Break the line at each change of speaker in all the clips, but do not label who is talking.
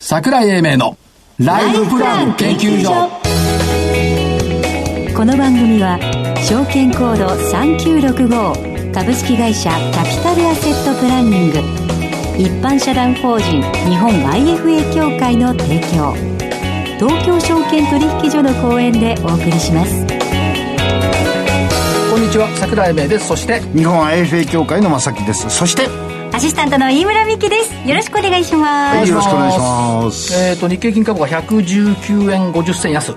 桜井英明のライフプラン研究所
この番組は証券コード3965株式会社キャピタルアセットプランニング一般社団法人日本 IFA 協会の提供東京証券取引所の講演でお送りします
こんにちは桜井英明ですそして
日本 IFA 協会の正木ですそして
アシスタントの飯村美希ですよろしくお願いします
よろしくお願いします
えっ、と日経金株価119円50銭安、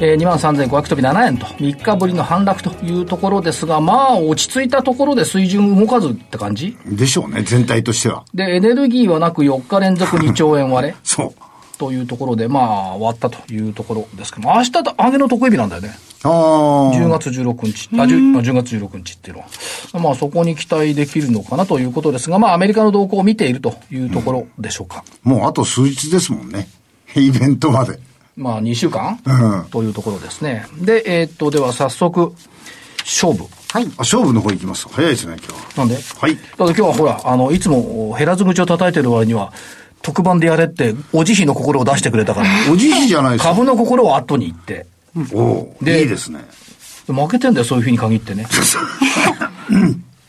えー、2万3500飛び7円と3日ぶりの反落というところですがまあ落ち着いたところで水準動かずって感じ
でしょうね全体としては
でエネルギーはなく4日連続2兆円割れ
そう
というところでまあ終わったというところですけども明日と上げの得意日なんだよね
あ
10
あ
月16日、あ 10, あ10月16日っていうのは、まあそこに期待できるのかなということですが、まあアメリカの動向を見ているというところでしょうか。
もうあと数日ですもんねイベントまで
まあ2週間、
うん
というところですね。で、えーっと、では早速、勝負。
はいあ勝負の方いきます早いですね今日
なんで
はい
だって今日はほら、あの、いつも減らず口を叩いてる割には、特番でやれって、お慈悲の心を出してくれたから、
おじいじじゃないですか
株の心は後に行って。
おお
で
いいですね
負けてんだよ、そういうふうに限ってね。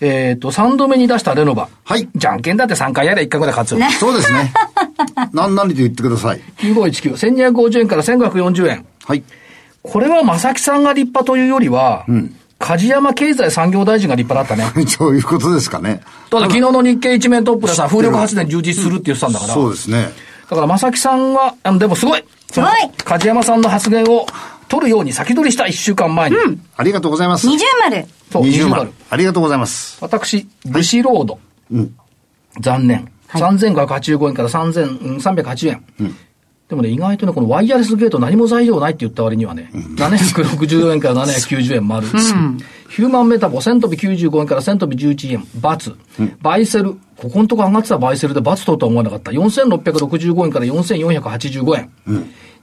えーっと、3度目に出したレノバ。
はい
じゃんけんだって3回やれば1回ぐらい勝つよ。
そうですね何々と言ってください
9519、1250円から1540円。
はい
これは正木さんが立派というよりは、梶山経済産業大臣が立派だったね。
そういうことですかね
ただ昨日の日経一面トップでさ、風力発電充実するって言ってたんだから。
そうですね
だから正木さんは、あのでもすごいす
ごい
梶山さんの発言を取るように先取りした1週間前に。
ありがとうございます
二重丸
そう、
20
20
万
万。
ありがとうございます
私、ブシロード。
うん
残念。3585円から3380円。でもね、意外とね、このワイヤレスゲート何も材料ないって言った割にはね、760円から790円丸。ヒューマンメタボ1000飛び95円から1000飛び11円、バツ。バイセル、ここのとこ上がってたバイセルでバツ取るとは思わなかった。4665円から4485円。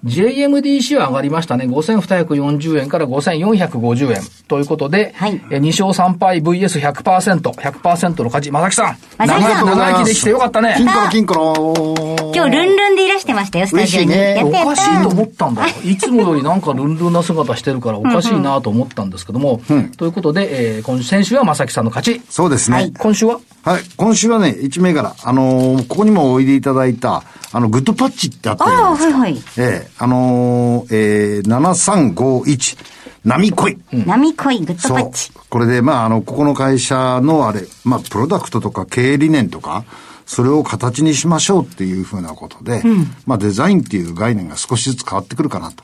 JMDC は上がりましたね。5240円から5450円。ということで、
はい
え2勝3敗 VS100%、100%の勝ち。まさきさん。
正木さ
長
ん
長生きできてよかったね。
金庫の金庫の
今日ルンルンでいらしてましたよスタジオに、
嬉しいね
や
お
ったや
か
っ
しいと思ったん だよ。いつもよりなんかルンルンな姿してるからおかしいなと思ったんですけども。ということで、えー、今週、先週は正木さんの勝ち。
そうですね、
今週は
はい。今週はね、一銘柄、あのーここにもおいでいただいた、あの、グッドパッチってあったじゃないですか。
ああはいはい
ええあのーえー、7351、波恋。
た波恋グッド
そ
パ
う
ッチ。
これで、まあ、あの、ここの会社のあれ、まあ、プロダクトとか経営理念とか、それを形にしましょうっていうふうなことで、まあ、デザインっていう概念が少しずつ変わってくるかなと。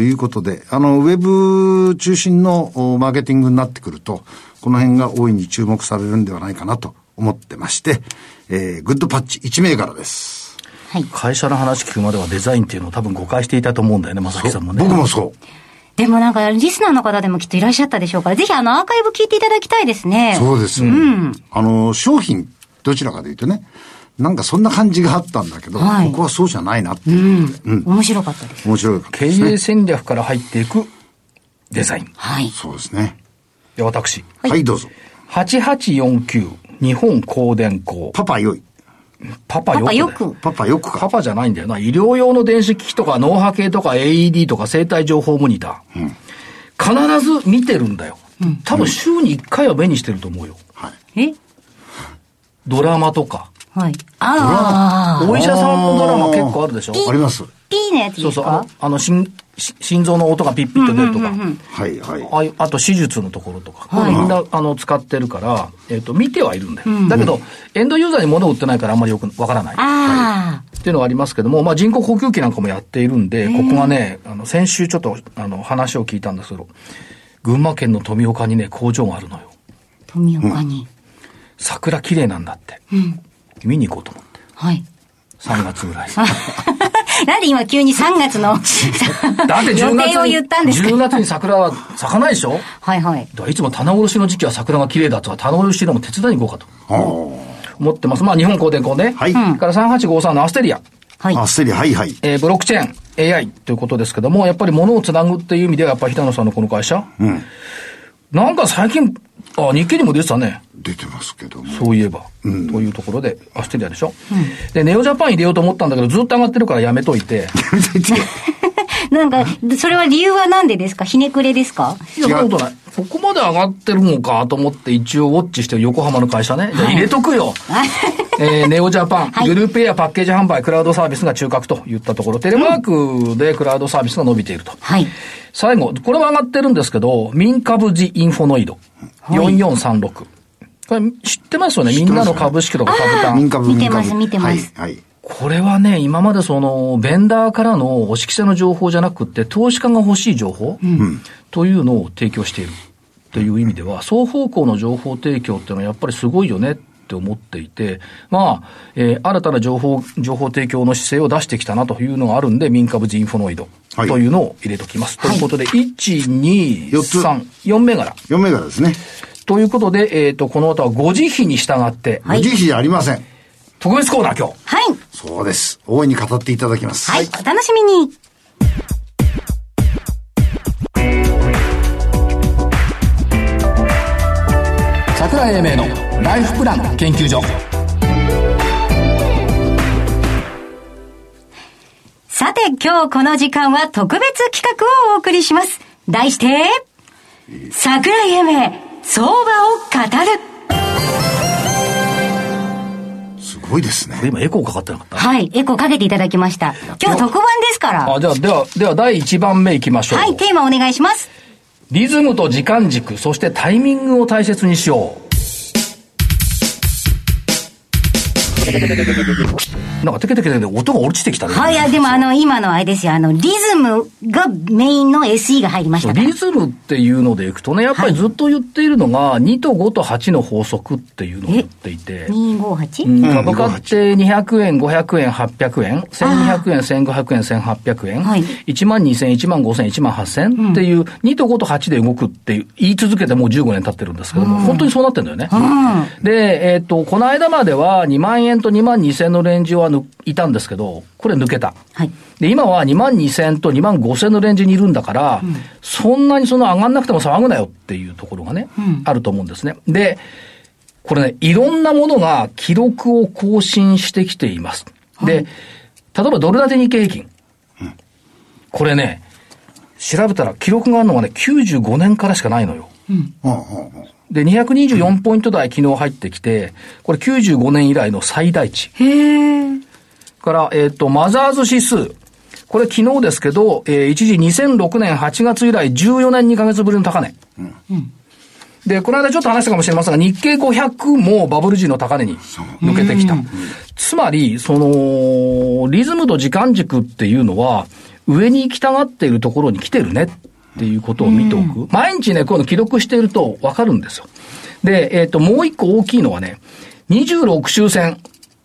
いうことで、あの、ウェブ中心のおマーケティングになってくると、この辺が大いに注目されるんではないかなと思ってまして、えー、グッドパッチ1銘柄です。
はい
会社の話聞くまではデザインっていうのを多分誤解していたと思うんだよね、正木さんもね。
僕もそう。
でもなんかリスナーの方でもきっといらっしゃったでしょうからぜひあのアーカイブ聞いていただきたいですね
そうです、ねあの、商品、どちらかで言うとね、なんかそんな感じがあったんだけど、
はい
ここはそうじゃないなっていうことで、うん。
面白かったです
面白いかった
経
です
営
ね。
戦略から入っていくデザイン。
はい
そうですね。
で、私。
はい、どうぞ。
8849、日本光電工。
パパよい。
パパ
パ
よ
パ
く。
よく
パパよく
パ
か。
パじゃないんだよな。医療用の電子機器とか脳波計とか AED とか生体情報モニター。必ず見てるんだよ。多分週に1回は目にしてると思うよ。
はい。
え
ドラマとか。
はいああ
お医者さんのドラマ結構あるでしょ
ピ
あります。
ピーのやつです
そ
か
うそう。あの、あの心し心臓の音がピッピッと出るとか。
はい、はい。
ああいうあと手術のところとか、
はい
みんなあの使ってるから、えっと見てはいるんだよ、だけどエンドユーザーに物を売ってないからあんまりよくわからない
あ
っていうのはありますけども、まあ、人工呼吸器なんかもやっているんで、ここがね、あの、先週ちょっと、あの、話を聞いたんですけど、群馬県の富岡にね、工場があるのよ。
あ富岡に、
桜綺麗なんだって。見に行こうと思って。
はい
3月ぐらい。
なんで今急に3月の
だって10
予
月
定を
に、
言ったんですか
10月に桜は咲かないでしょ
はいはい
だからいつも棚卸しの時期は桜が綺麗だとか、棚卸しのも手伝いに行こうかと
ああ
思ってます。まあ、日本光電工ね。
はい
それから3853のアステリア。
はい
あ、セリ、はい、はい。
えーブロックチェーン、AI ということですけども、やっぱり物をつなぐっていう意味では、やっぱり平野さんのこの会社、
うん。
なんか最近、あ、日経にも出てたね。
出てますけども。
そういえば。というところで、アステリアでしょ、で、ネオジャパン入れようと思ったんだけど、ずっと上がってるからやめといて。
なんか、それは理由は何でですかひねくれですか
いや、そんなことない。ここまで上がってるのかと思って、一応ウォッチしてる横浜の会社ね。じゃあ入れとく よ。えーネオジャパン、
はい
グループエアパッケージ販売、クラウドサービスが中核といったところ、テレワークでクラウドサービスが伸びていると。
はい。
最後、これは上がってるんですけど、民株時インフォノイド。4436。これ知ってますよねみんなの株式とか株単。
民株
見
民
て
株
ます見てます
はい。はい。
これはね、今までその、ベンダーからのお識者の情報じゃなくって、投資家が欲しい情報、というのを提供している。という意味では、双方向の情報提供っていうのはやっぱりすごいよねって思っていて、まあ、えー新たな情報、情報提供の姿勢を出してきたなというのがあるんで、民株ジインフォノイド
はい
というのを入れときます。ということで、1、2、
四つ
3、4銘柄。
4銘柄ですね。
ということで、えっ、と、この後は5時比に従って、
はい
無慈悲じゃありません。
特別コーナー今日。
はい。
そうです。大いに語っていただきます。
はい。お楽しみに。
桜井英明のライフプラン研究所
さて、今日この時間は特別企画をお送りします。題して、桜井英明、相場を語る。
すごいですね。
今エコーかかってなかった
はい。エコーかけていただきました。今日特番ですから。
あじゃあではでは第1番目いきましょう、
はい。テーマお願いします。
リズムと時間軸そしてタイミングを大切にしようなんかテケテケテケで音が落ちてきたね、
はい、いや、でもあの、今のあれですよ、あの、リズムがメインの SE が入りましたから
リズムっていうのでいくとね、やっぱりずっと言っているのが、2と5と8の法則っていうのを言っていて。
258?
うん株価って200円、500円、800円、1200円、1500円、1800円、
はい
1万2000、1万5000、1万8000っていう、2と5と8で動くって言い続けてもう15年経ってるんですけども、本当にそうなってんだよね。で、えっ、と、この間までは2万円と2万2000のレンジは抜いたんですけど、これ抜けた。
はい。
で、今は2万2000と2万5000のレンジにいるんだから、そんなにその上がんなくても騒ぐなよっていうところがね、あると思うんですね。で、これね、いろんなものが記録を更新してきています。で、例えばドル建て日経平均。これね、調べたら記録があるのがね、95年からしかないのよ。
うんうんうん
で、224ポイント台昨日入ってきて、これ95年以来の最大値。
へえ。
から、えっ、と、マザーズ指数。これ昨日ですけど、えー一時2006年8月以来14年2ヶ月ぶりの高値。で、この間ちょっと話したかもしれませんが、日経500もバブル時の高値に抜けてきた。つまり、その、リズムと時間軸っていうのは、上に行きたがっているところに来てるねっていうことを見ておく。毎日ね、こういうの記録しているとわかるんですよ。で、えっ、と、もう一個大きいのはね、26周線、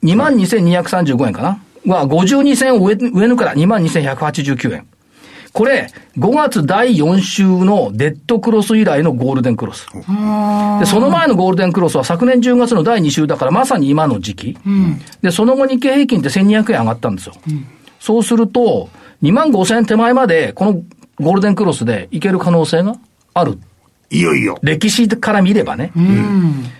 22,235円かなは、52銭を上上抜くから22,189円。これ、5月第4週のデッドクロス以来のゴールデンクロス。で、その前のゴールデンクロスは昨年10月の第2週だからまさに今の時期。で、その後日経平均って1200円上がったんですよ。そうすると、2万5000円手前までこのゴールデンクロスでいける可能性がある。
いよいよ。
歴史から見ればね。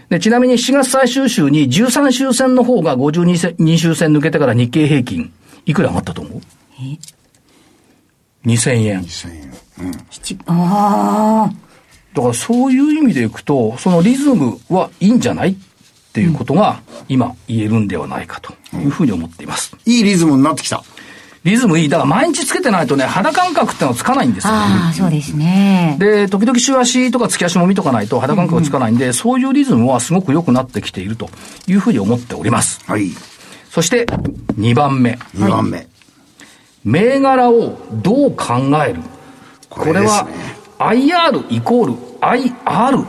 でちなみに7月最終週に13週線の方が52せ2週線抜けてから日経平均、いくら上がったと思う ?2000 円。
1000円。
七あ
だからそういう意味でいくと、そのリズムはいいんじゃないっていうことが今言えるんではないかというふうに思っています。
いいリズムになってきた。
リズムいい。だから毎日つけてないとね、肌感覚ってのはつかないんですよ。
ああ、そうですね。
で、時々週足とか月足も見とかないと肌感覚がつかないんで、そういうリズムはすごく良くなってきているというふうに思っております。
はい。
そして、2番目。
2番目。
銘柄をどう考える
こ
こ
れ
れ
です
は
ね。、
IR イコール IR。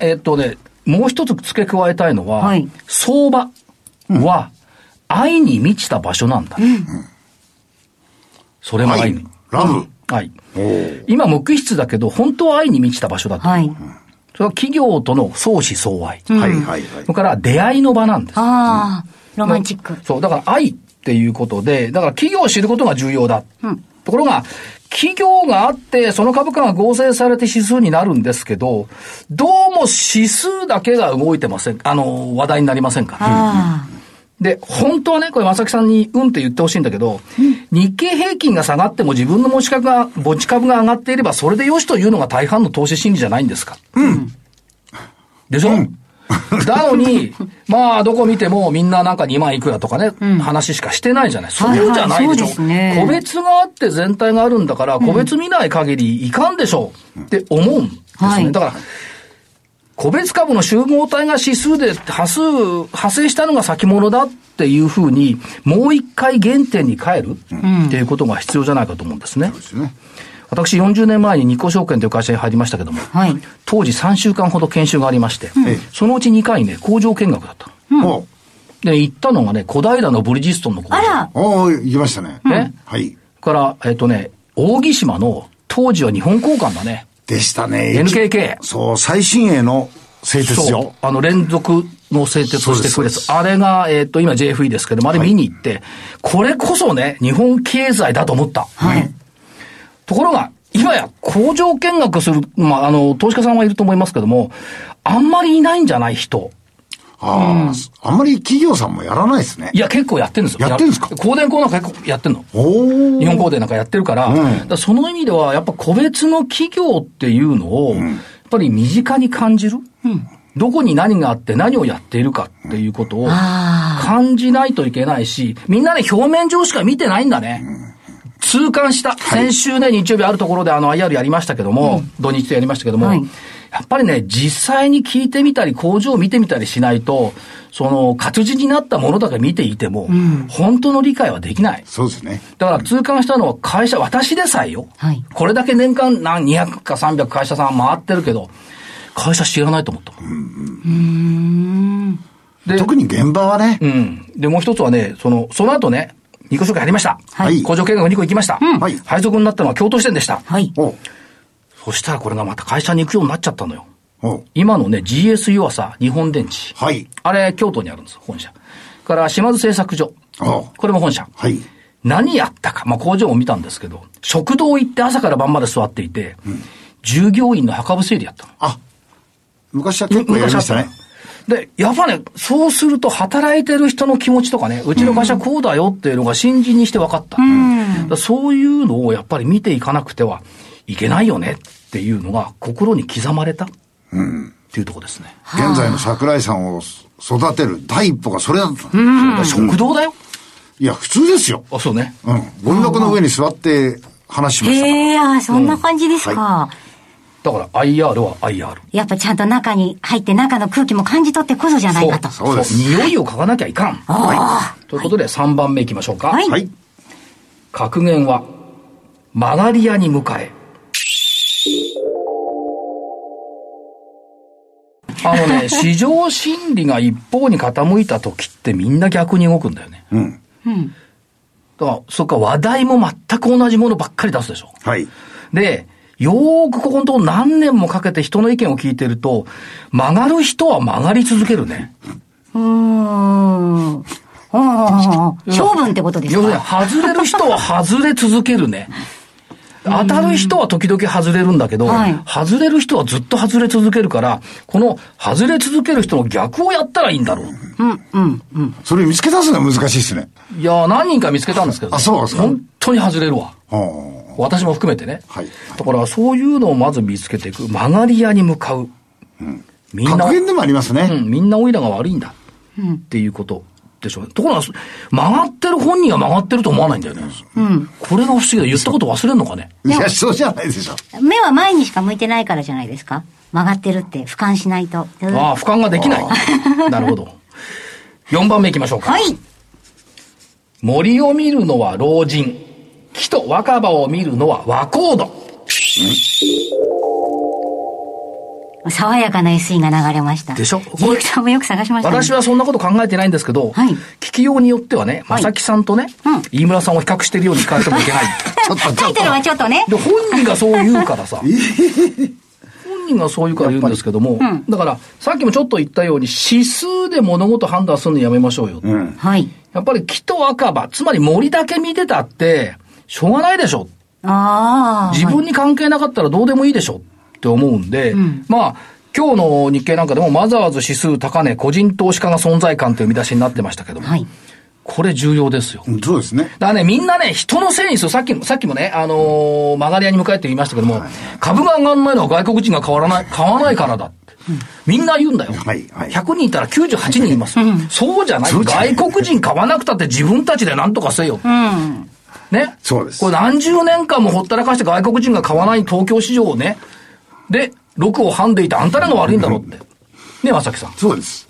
えっとね、もう一つ付け加えたいのは、
はい
相場は愛に満ちた場所なんだ。それも
は
愛
い
に。。
ラブ。
はい。
おー
今、無機質だけど、本当は愛に満ちた場所だと。
はい。
それは企業との相思相愛。
はいはいはい
それ。から出会いの場なんです。
ああ、ロマンチック。
そう、だから愛っていうことで、だから企業を知ることが重要だ。ところが、企業があって、その株価が合成されて指数になるんですけど、どうも指数だけが動いてません。あの、話題になりませんから。で、本当はね、これ、正木さんにうんって言ってほしいんだけど、うん、日経平均が下がっても自分の持ち株が、持ち株が上がっていれば、それでよしというのが大半の投資心理じゃないんですか。うん。でしょ、うんなの に、まあ、どこ見てもみんななんか2万いくらとかね、うん、話しかしてないじゃない。そうじゃないでしょ。はいはいね、個別があって全体があるんだから、個別見ない限りいかんでしょう、うん、って思うんですね。はい、だから、個別株の集合体が指数で多数派生したのが先物だっていうふうに、もう一回原点に帰るっていうことが必要じゃないかと思うんですね。うん、そうですね。私40年前に日興証券という会社に入りましたけども、はい、当時3週間ほど研修がありまして、うん、そのうち2回ね、工場見学だったの。うん、で、行ったのがね、小平のブリヂストンの工場。あら
ああ、行きましたね。
ね。うん、はい。から、えっ、とね、扇島の、当時は日本交換だね。
でしたね。
NKK。
そう、最新鋭の製鉄所。
あの、連続の製鉄をしてくれです。あれが、えっ、ー、と、今 JFE ですけども、あれ見に行って、はい、これこそね、日本経済だと思った。はい。ところが、今や工場見学する、まあ、あの、投資家さんはいると思いますけども、あんまりいないんじゃない人。
ああ、うん、あんまり企業さんもやらないですね。
いや、結構やってるんですよ。
やってるんですか
光電工なんか結構やってるの。日本光電なんかやってるから、うん、からその意味では、やっぱ個別の企業っていうのを、うん、やっぱり身近に感じる。うんどこに何があって何をやっているかっていうことを感じないといけないし、みんなね、表面上しか見てないんだね。痛感した。先週ね、日曜日あるところであの IR やりましたけども、うん、土日でやりましたけども、はい、やっぱりね、実際に聞いてみたり、工場を見てみたりしないと、その、活字になったものだけ見ていても、うん、本当の理解はできない。
そうですね。
だから痛感したのは会社、私でさえよ。はい、これだけ年間何200か300会社さん回ってるけど、会社知らないと思った。うん、
うんで特に現場はね。
うん。で、もう一つはね、その、その後ね、2個紹介入りました。はい。工場見学2個行きました。うん、はい。配属になったのは京都支店でした。はい。そしたらこれがまた会社に行くようになっちゃったのよ。今のね、GS 弱さ、日本電池。はい。あれ、京都にあるんです、本社。から、島津製作所。これも本社。はい。何やったか。まあ、工場も見たんですけど、食堂行って朝から晩まで座っていて、うん、従業員の墓場整理やったの。あ、
昔は結構やりましたね。
で、やっぱね、そうすると働いてる人の気持ちとかね、うちの会社こうだよっていうのが新人にして分かった。うん、そういうのをやっぱり見ていかなくてはいけないよねっていうのが心に刻まれた。うん。っていうとこですね。
現在の桜井さんを育てる第一歩がそれだった。
うん、食堂だよ。
いや、普通ですよ。
あ、そうね。
うん。ゴミ箱の上に座って話しました。
へえ、あ、そんな感じですか。うんはい
だから IR は IR。
やっぱちゃんと中に入って中の空気も感じ取ってこそじゃないかと。
そうです。匂いを嗅がなきゃいかん。はい。ということで3番目いきましょうか。はい。はい、格言は、マラリアに迎え。あのね、市場心理が一方に傾いた時ってみんな逆に動くんだよね。うん。うん。だから、そっか、話題も全く同じものばっかり出すでしょ。はい。で、よーくここのとこ何年もかけて人の意見を聞いてると、曲がる人は曲がり続けるね。
うーん。勝負ってことですか
要するに、外れる人は外れ続けるね。当たる人は時々外れるんだけど、はい、外れる人はずっと外れ続けるから、この外れ続ける人の逆をやったらいいんだろう。うん、
うん、うん。それ見つけ出すのは難しいですね。
いや何人か見つけたんですけど、ね、
あ、そうですか。
本当に外れるわ。はあ私も含めてね。はい。だから、そういうのをまず見つけていく。曲がり屋に向かう。うん。
みんな。格言でもありますね。
うん。みんなオイラが悪いんだ。うん。っていうことでしょうね。ところが、曲がってる本人が曲がってると思わないんだよね。うん。これが不思議だ。言ったこと忘れんのかね。
いや、そうじゃないでしょ。
目は前にしか向いてないからじゃないですか。曲がってるって、俯瞰しないと。
ああ、俯瞰ができない。 なるほど。4番目いきましょうか。はい。森を見るのは老人。木と若葉を見るのは和光度。
爽やかな SE が流れました。
でしょ
ディレクターもよく探しました、
ね、私はそんなこと考えてないんですけど、はい、聞きようによってはね、まさきさんとね、はい、飯村さんを比較してるように聞かれても いけない。
ちょっとタイトルはちょっとね。
で、本人がそう言う からさ。本人がそう言うから言うんですけども、うん、だからさっきもちょっと言ったように指数で物事判断するのやめましょうよ。うん、はい。やっぱり木と若葉、つまり森だけ見てたって、しょうがないでしょっ
ああ。
自分に関係なかったらどうでもいいでしょって思うんで、まあ、今日の日経なんかでもマザーズ指数高値、個人投資家が存在感という見出しになってましたけども、
はい。
これ重要ですよ。
うんそうですね。
だからね、みんなね、人のせいにする。さっきも、さっきもね、あのー曲がり屋に向かえって言いましたけども、株が上がらないのは外国人が買わらない、買わないからだって。みんな言うんだよ。
はいはい
100人いたら98人います。そうじゃない。
そうじゃない
外国人買わなくたって自分たちでなんとかせよ。ね。
そうです
これ何十年間もほったらかして外国人が買わない東京市場をね、で、6をはんでいてあんたらが悪いんだろうって。ね、まさきさん。
そうです。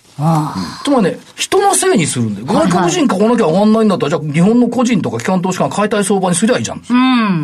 つまりね、人のせいにするんで、外国人買わなきゃ上がんないんだったら、じゃあ日本の個人とか機関投資家が買いたい相場にすりゃいいじゃん。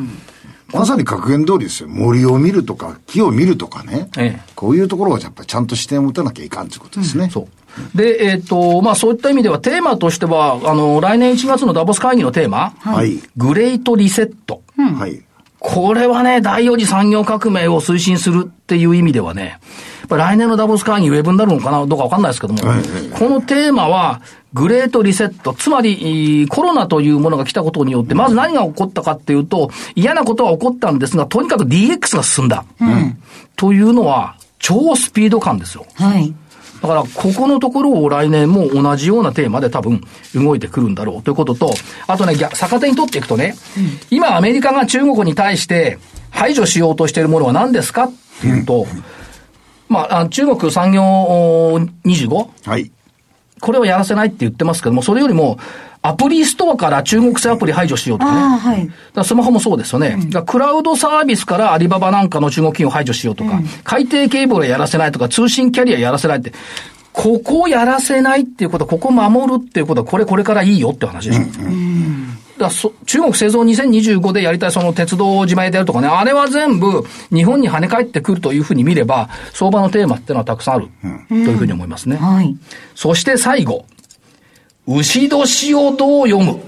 まさに格言通りですよ。森を見るとか、木を見るとかね。
ええ
こういうところはやっぱりちゃんと視点を持たなきゃいかんということですね。
そう。で、えっ、と、まあそういった意味ではテーマとしては、あの、来年1月のダボス会議のテーマ、
はい。
グレートリセット。
はい。
これはね、第4次産業革命を推進するっていう意味ではね、やっぱ来年のダボス会議ウェブになるのかなどうかわかんないですけども、
はいはい
このテーマは、グレートリセット。つまり、えーコロナというものが来たことによって、まず何が起こったかっていうと、嫌なことは起こったんですが、とにかく DX が進んだ。というのは、超スピード感ですよ。
はい。
だから、ここのところを来年も同じようなテーマで多分動いてくるんだろうということと、あとね、逆逆手に取っていくとね、今アメリカが中国に対して排除しようとしているものは何ですかっていうと、まああ、中国産業おー 25?
はい。
これをやらせないって言ってますけども、それよりも、アプリストアから中国製アプリ排除しようとかね。
ああ、はい。
だからスマホもそうですよね。だからクラウドサービスからアリババなんかの中国企業を排除しようとか、海底ケーブルはやらせないとか、通信キャリアやらせないって、ここをやらせないっていうことは、ここを守るっていうことは、これこれからいいよって話でしょ。だからそ中国製造2025でやりたいその鉄道自前でやるとかね、あれは全部日本に跳ね返ってくるというふうに見れば、相場のテーマっていうのはたくさんある、というふうに思いますね。
はい。
そして最後、牛年をどう読む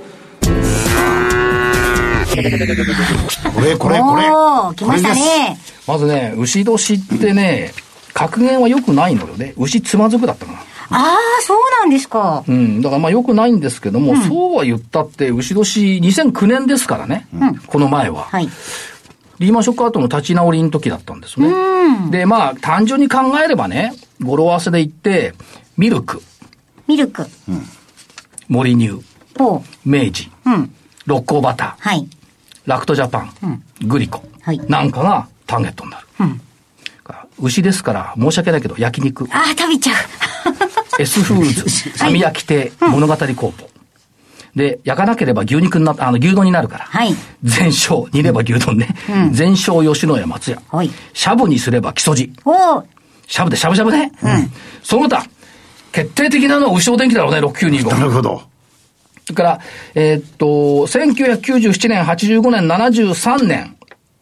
これ、これ、これ。
おー、来ました
これです。
ね。
まずね、牛年ってね、格言は良くないのよね。牛つまずくだったかな。
ああ、そうなんですか。
うん。だからまあ良くないんですけども、そうは言ったって、牛年2009年ですからね。この前は。
はい。
リーマンショック後の立ち直りの時だったんですね。で、まあ単純に考えればね、語呂合わせで言って、ミルク、
ミルク、
森乳、
ポー、
明治、
うん。
六甲バター、
はい。
ラクトジャパン、グリコ、
はい
なんかがターゲットになる。
うん。
牛ですから申し訳ないけど、焼肉。
ああ、食べちゃう。
S フーズ、サミ焼き亭、物語工房。で、焼かなければ牛肉にな、あの、牛丼になるから。
はい。
全焼、煮れば牛丼ね。全焼吉野家松屋。
はい
しゃぶにすれば木曽路。
おー、
しゃぶでしゃぶしゃぶね。その他、決定的なのは牛尾電機だろうね、6925。
なるほど。
それから、えーっと、1997年、85年、73年、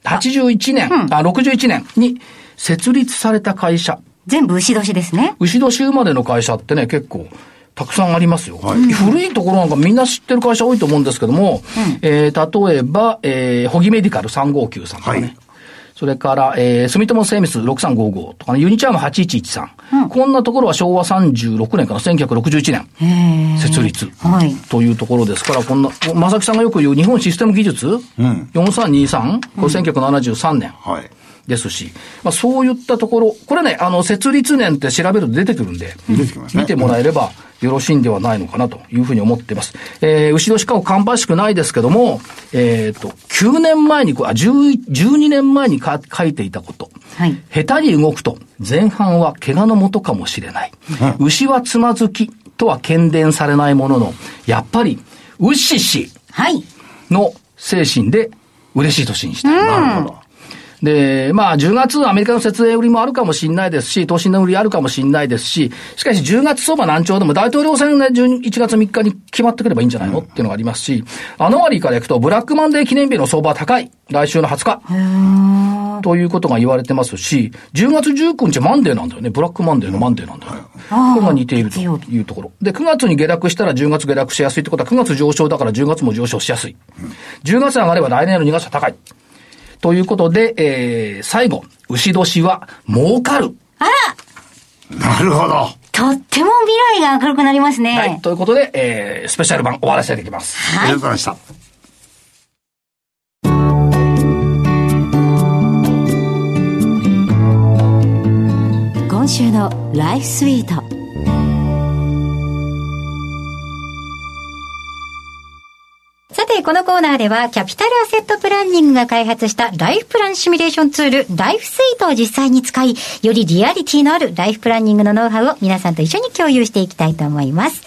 81年、あ、61年に設立された会社。
全部牛年ですね。
牛年生まれの会社ってね、結構、たくさんありますよ、古いところなんかみんな知ってる会社多いと思うんですけども、えー例えば、えー、ホギメディカル359さんとかね、
はい
それから、えー、住友精密6355とかね、ユニチャーム8113、こんなところは昭和36年から1961年、設立
はい
というところですから、こんな、まさきさんがよく言う日本システム技術、
ん
4323、これ1973年。
はい。
ですし、まあ、そういったところ、これね、あの、設立年って調べると出てくるんで、
出てきますね
見てもらえればよろしいんではないのかなというふうに思っています。えー、後ろしかを芳しくないですけども、えっ、と、9年前にこう、あ、10 12年前にか書いていたこと。
はい
下手に動くと、前半は怪我のもとかもしれ ない。牛はつまずきとは喧伝されないものの、やっぱり、牛氏
はい。
の精神で嬉しい年にしたい。
なるほど。
で、まあ、10月、アメリカの節営売りもあるかもしれないですし、投資の売りあるかもしれないですし、しかし10月相場難聴でも大統領選で11月3日に決まってくればいいんじゃないのっていうのがありますし、アノマリーからいくと、ブラックマンデー記念日の相場は高い。来週の20日。ということが言われてますし、10月19日マンデーなんだよね。ブラックマンデーのマンデーなんだよね。これが似ているというところ。で、9月に下落したら10月下落しやすいってことは、9月上昇だから10月も上昇しやすい。10月上がれば来年の2月は高い。ということで、えー、最後、牛年は儲かる。
なるほど。
とっても未来が明るくなりますね。
はい。ということで、えー、スペシャル版終わらせていきます。
ありがとうございました。
週のライフスイート
さて、このコーナーでは、キャピタルアセットプランニングが開発したライフプランシミュレーションツール、ライフスイートを実際に使い、よりリアリティのあるライフプランニングのノウハウを皆さんと一緒に共有していきたいと思います。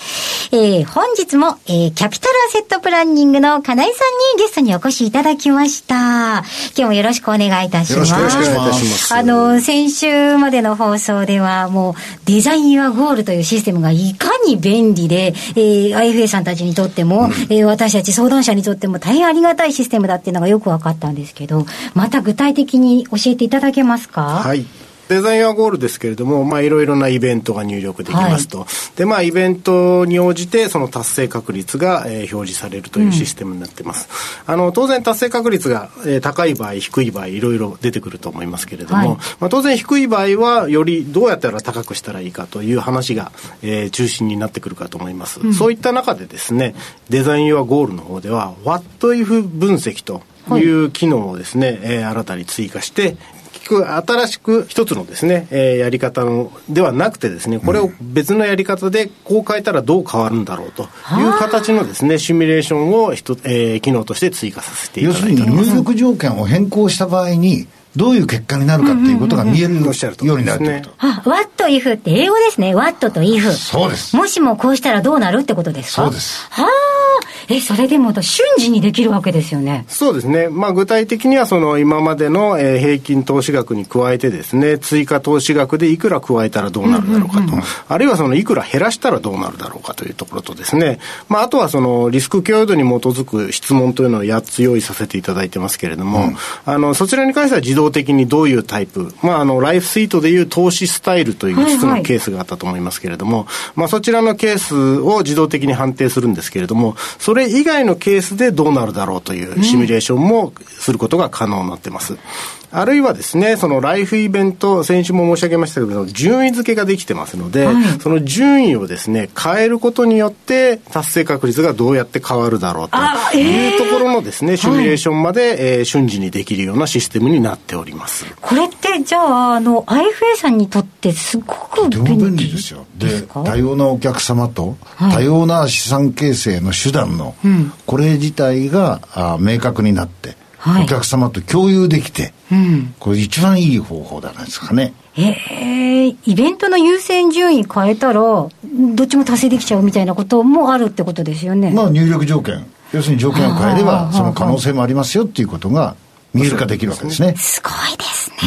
えー、本日も、えー、キャピタルアセットプランニングの金井さんにゲストにお越しいただきました。今日もよろしくお願いいたします。
よろしくお願いいたします
あの、先週までの放送では、もう、デザインはゴールというシステムがいかに便利で、えー IFA さんたちにとっても、えー私たち相談者にとっても大変ありがたいシステムだっていうのがよく分かったんですけど、また具体的に教えていただけますか
はい。デザインはゴールですけれども、まあ、いろいろなイベントが入力できますと。で、まあ、イベントに応じて、その達成確率が、えー表示されるというシステムになってます。あの、当然達成確率が、えー高い場合、低い場合、いろいろ出てくると思いますけれども、
はい
まあ、当然低い場合は、よりどうやったら高くしたらいいかという話が、えー中心になってくるかと思います。そういった中でですね、デザインはゴールの方では、What if 分析という機能をですね、えー新たに追加して、結局新しく一つのですね、えーやり方のではなくてですねこれを別のやり方でこう変えたらどう変わるんだろうという形のですねシミュレーションを一つ、えー機能として追加させていた
要
だい
す
てお
る
り
に
ます
入力条件を変更した場合に、どういう結果になるかっていうことが見えるよ
おっしゃる通り
うになるって
です
こ
ね
あ、
と。
what if って英語ですね。what と if。
そうです
もしもこうしたらどうなるってことですか
そうです。
はあ。え、それでも瞬時にできるわけですよね。
そうですね、まあ、具体的にはその今までのえー平均投資額に加えてですね追加投資額でいくら加えたらどうなるだろうかと、あるいはそのいくら減らしたらどうなるだろうかというところとですね、まあ、あとはそのリスク許容度に基づく質問というのを8つ用意させていただいてますけれども、あのそちらに関しては自動的にどういうタイプ、まあ、あのライフスイートでいう投資スタイルという5つ
はいは
の
い
ケースケースがあったと思いますけれども、まあ、そちらのケースを自動的に判定するんですけれども、それ以外のケースでどうなるだろうというシミュレーションもすることが可能になってます。あるいはですね、そのライフイベント、先週も申し上げましたけど、順位付けができてますので、その順位をですね、変えることによって、達成確率がどうやって変わるだろう
あ
というところのですね、シミュレーションまで、えー瞬時にできるようなシステムになっております。
これって、じゃあ、あの、IFA さんにとってすごく
と
便
て
利
も便利ですよ。
で、
です
か
多様なお客様と、多様な資産形成の手段の、これ自体があ明確になって、
はい
お客様と共有できて、これ一番いい方法じゃないですかね。
えー、イベントの優先順位変えたら、どっちも達成できちゃうみたいなこともあるってことですよね。
まあ入力条件、要するに条件を変えれ
はあはあは
ば、
あ
その可能性もありますよっていうことが見える化できるわけですね。
すごいですね。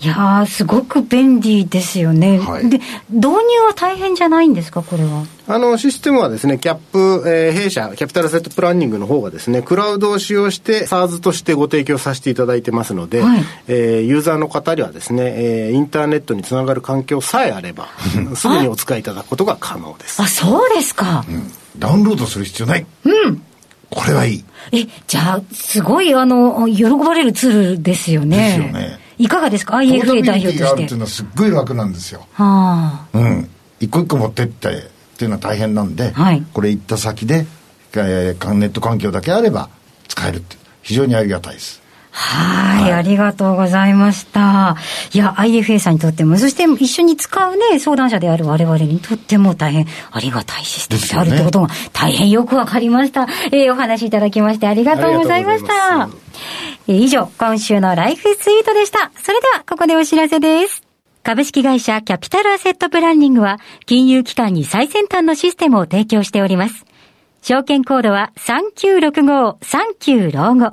いやー、すごく便利ですよね。
はい
で、導入は大変じゃないんですか、これは。
あの、システムはですね、キャップ、えー弊社、キャピタルアセットプランニングの方がですね、クラウドを使用して、SARS としてご提供させていただいてますので、
はい
えーユーザーの方にはですね、えーインターネットにつながる環境さえあ れば、すぐにお使いいただくことが可能です
あ、。そうですか。
ダウンロードする必要ない。これはいい。
え、じゃあ、すごい、あの、喜ばれるツールですよね。
ですよね
いかがですか
ポータ
?IFA
ビリ
代
テ
表
ィ
と
があ
し
るってい
て
う。のはすっごい楽なんですよ。
はあ。
うん。一個一個持ってってっていうのは大変なんで、
はい
これ行った先で、えーネット環境だけあれば使えるって、非常にありがたいです。
はい、ありがとうございました。いや、IFA さんにとっても、そして一緒に使うね、相談者である我々にとっても大変ありがたいシステムである
ですよね
ってことが大変よくわかりました。えーお話いただきましてありがとうございました
ありがとうござい。
えー以上、今週のライフスイートでした。それでは、ここでお知らせです。株式会社キャピタルアセットプランニングは、金融機関に最先端のシステムを提供しております。証券コードは3965-39老後。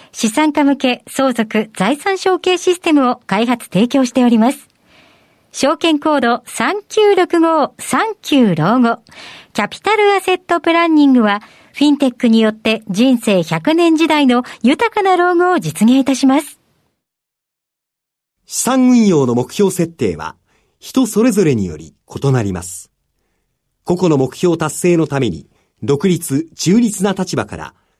資産家向け相続財産承継システムを開発提供しております。証券コード3965-39老後。キャピタルアセットプランニングは、フィンテックによって人生100年時代の豊かな老後を実現いたします。
資産運用の目標設定は人それぞれにより異なります。個々の目標達成のために、独立、中立な立場から、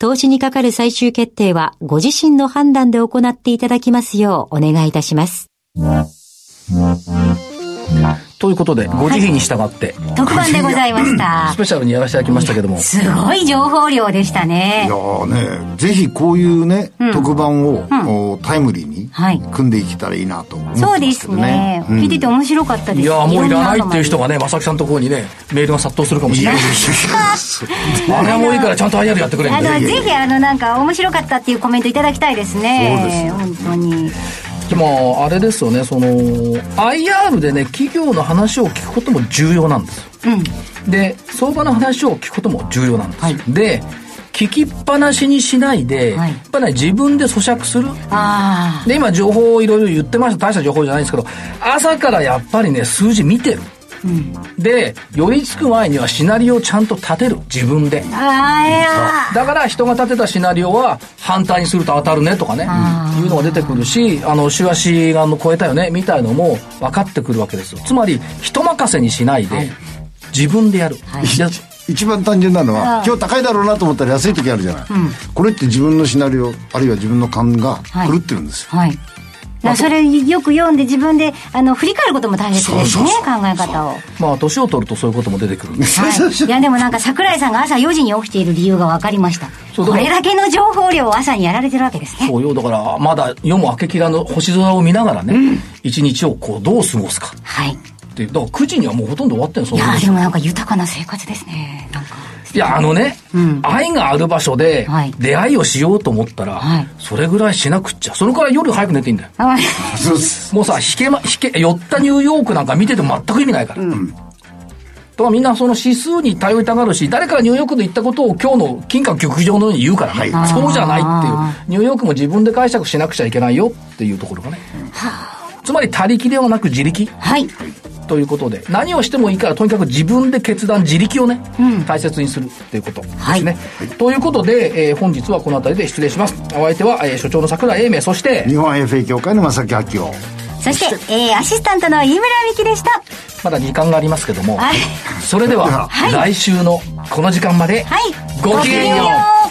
投資にかかる最終決定は、ご自身の判断で行っていただきますようお願いいたします。
ということで、ご自費に従って、
特番でございました
ス。ペシャルにやらせていただきましたけども、
すごい情報量でした
い
ね
や。ーねぜひこういうね、特番を、おタイムリーに
はい
組んでいけたらいいなと思って
そ
ま
う
す
で
け
す
どね
ね。聞いてて面白かったです。
いやーもういらないっていう人
が。
がね、正木さんのところにね、メールが殺到するかもし
い
れ
や
ないい
や。 いや
あれはもういいからちゃんと IR やってくれみ
あ
たいな
の、ぜひ、あの、なんか、面白かったっていうコメントいただきたいですね。
そう
です本当に。
でもあれですよねその IR でね企業の話を聞くことも重要なんですよで相場の話を聞くことも重要なんです、で聞きっぱなしにしないで、
はい
やっぱね自分で咀嚼する
あ
で今情報をいろいろ言ってました大した情報じゃないんですけど朝からやっぱりね数字見てる、で寄りつく前にはシナリオをちゃんと立てる自分で
あ。あーいや
だから人が立てたシナリオは反対にすると当たるねとかね、いうのが出てくるし、あの、週足があの超えたよね、みたいのも分かってくるわけですよ。つまり、人任せにしないで、自分でやる。じゃ
一番単純なのは今日高いだろうなと思ったら安い時あるじゃない、これって自分のシナリオあるいは自分の勘が狂ってるんですよ、
ーはい。なそれよく読んで自分であの振り返ることも大切ですね考え方を
まあ、年を取るとそういうことも出てくるん です。
はい、いやでもなんか桜井さんが朝4時に起きている理由が分かりました
そう
こ
だから
れだけの情報量を朝にやられてるわけですね
そうよ。だから、まだ夜も明けきらの星空を見ながらね、一、日をこう、どう過ごすか
はい
っていう。だから、9時にはもうほとんど終わってんのそ
い
の
や
時
ーでもなんか豊かな生活ですねなんか
いや、あのね、愛がある場所で
はい、
出会いをしようと思ったら、
はい
それぐらいしなくっちゃ。それから夜早く寝ていいんだよ。
あ
そうです
もうさ、引けま、引け、寄ったニューヨークなんか見てても全く意味ないから。とはみんなその指数に頼りたがるし、誰かがニューヨークで行ったことを今日の金閣劇場のように言うからね、そうじゃないっていう、ニューヨークも自分で解釈しなくちゃいけないよっていうところがね。つまり他力ではなく自力
はい
ということで、何をしてもいいからとにかく自分で決断、自力をね、大切にするっていうことですね。ということで、えー本日はこの辺りで失礼します。お相手は、えー所長の桜井英明、そして、
日本 FA 協会の正木明夫
そして、えー、アシスタントの飯村美樹でした
まだ時間がありますけども、
はい
それでは、来週のこの時間まで、
はい
ごきげんよう
う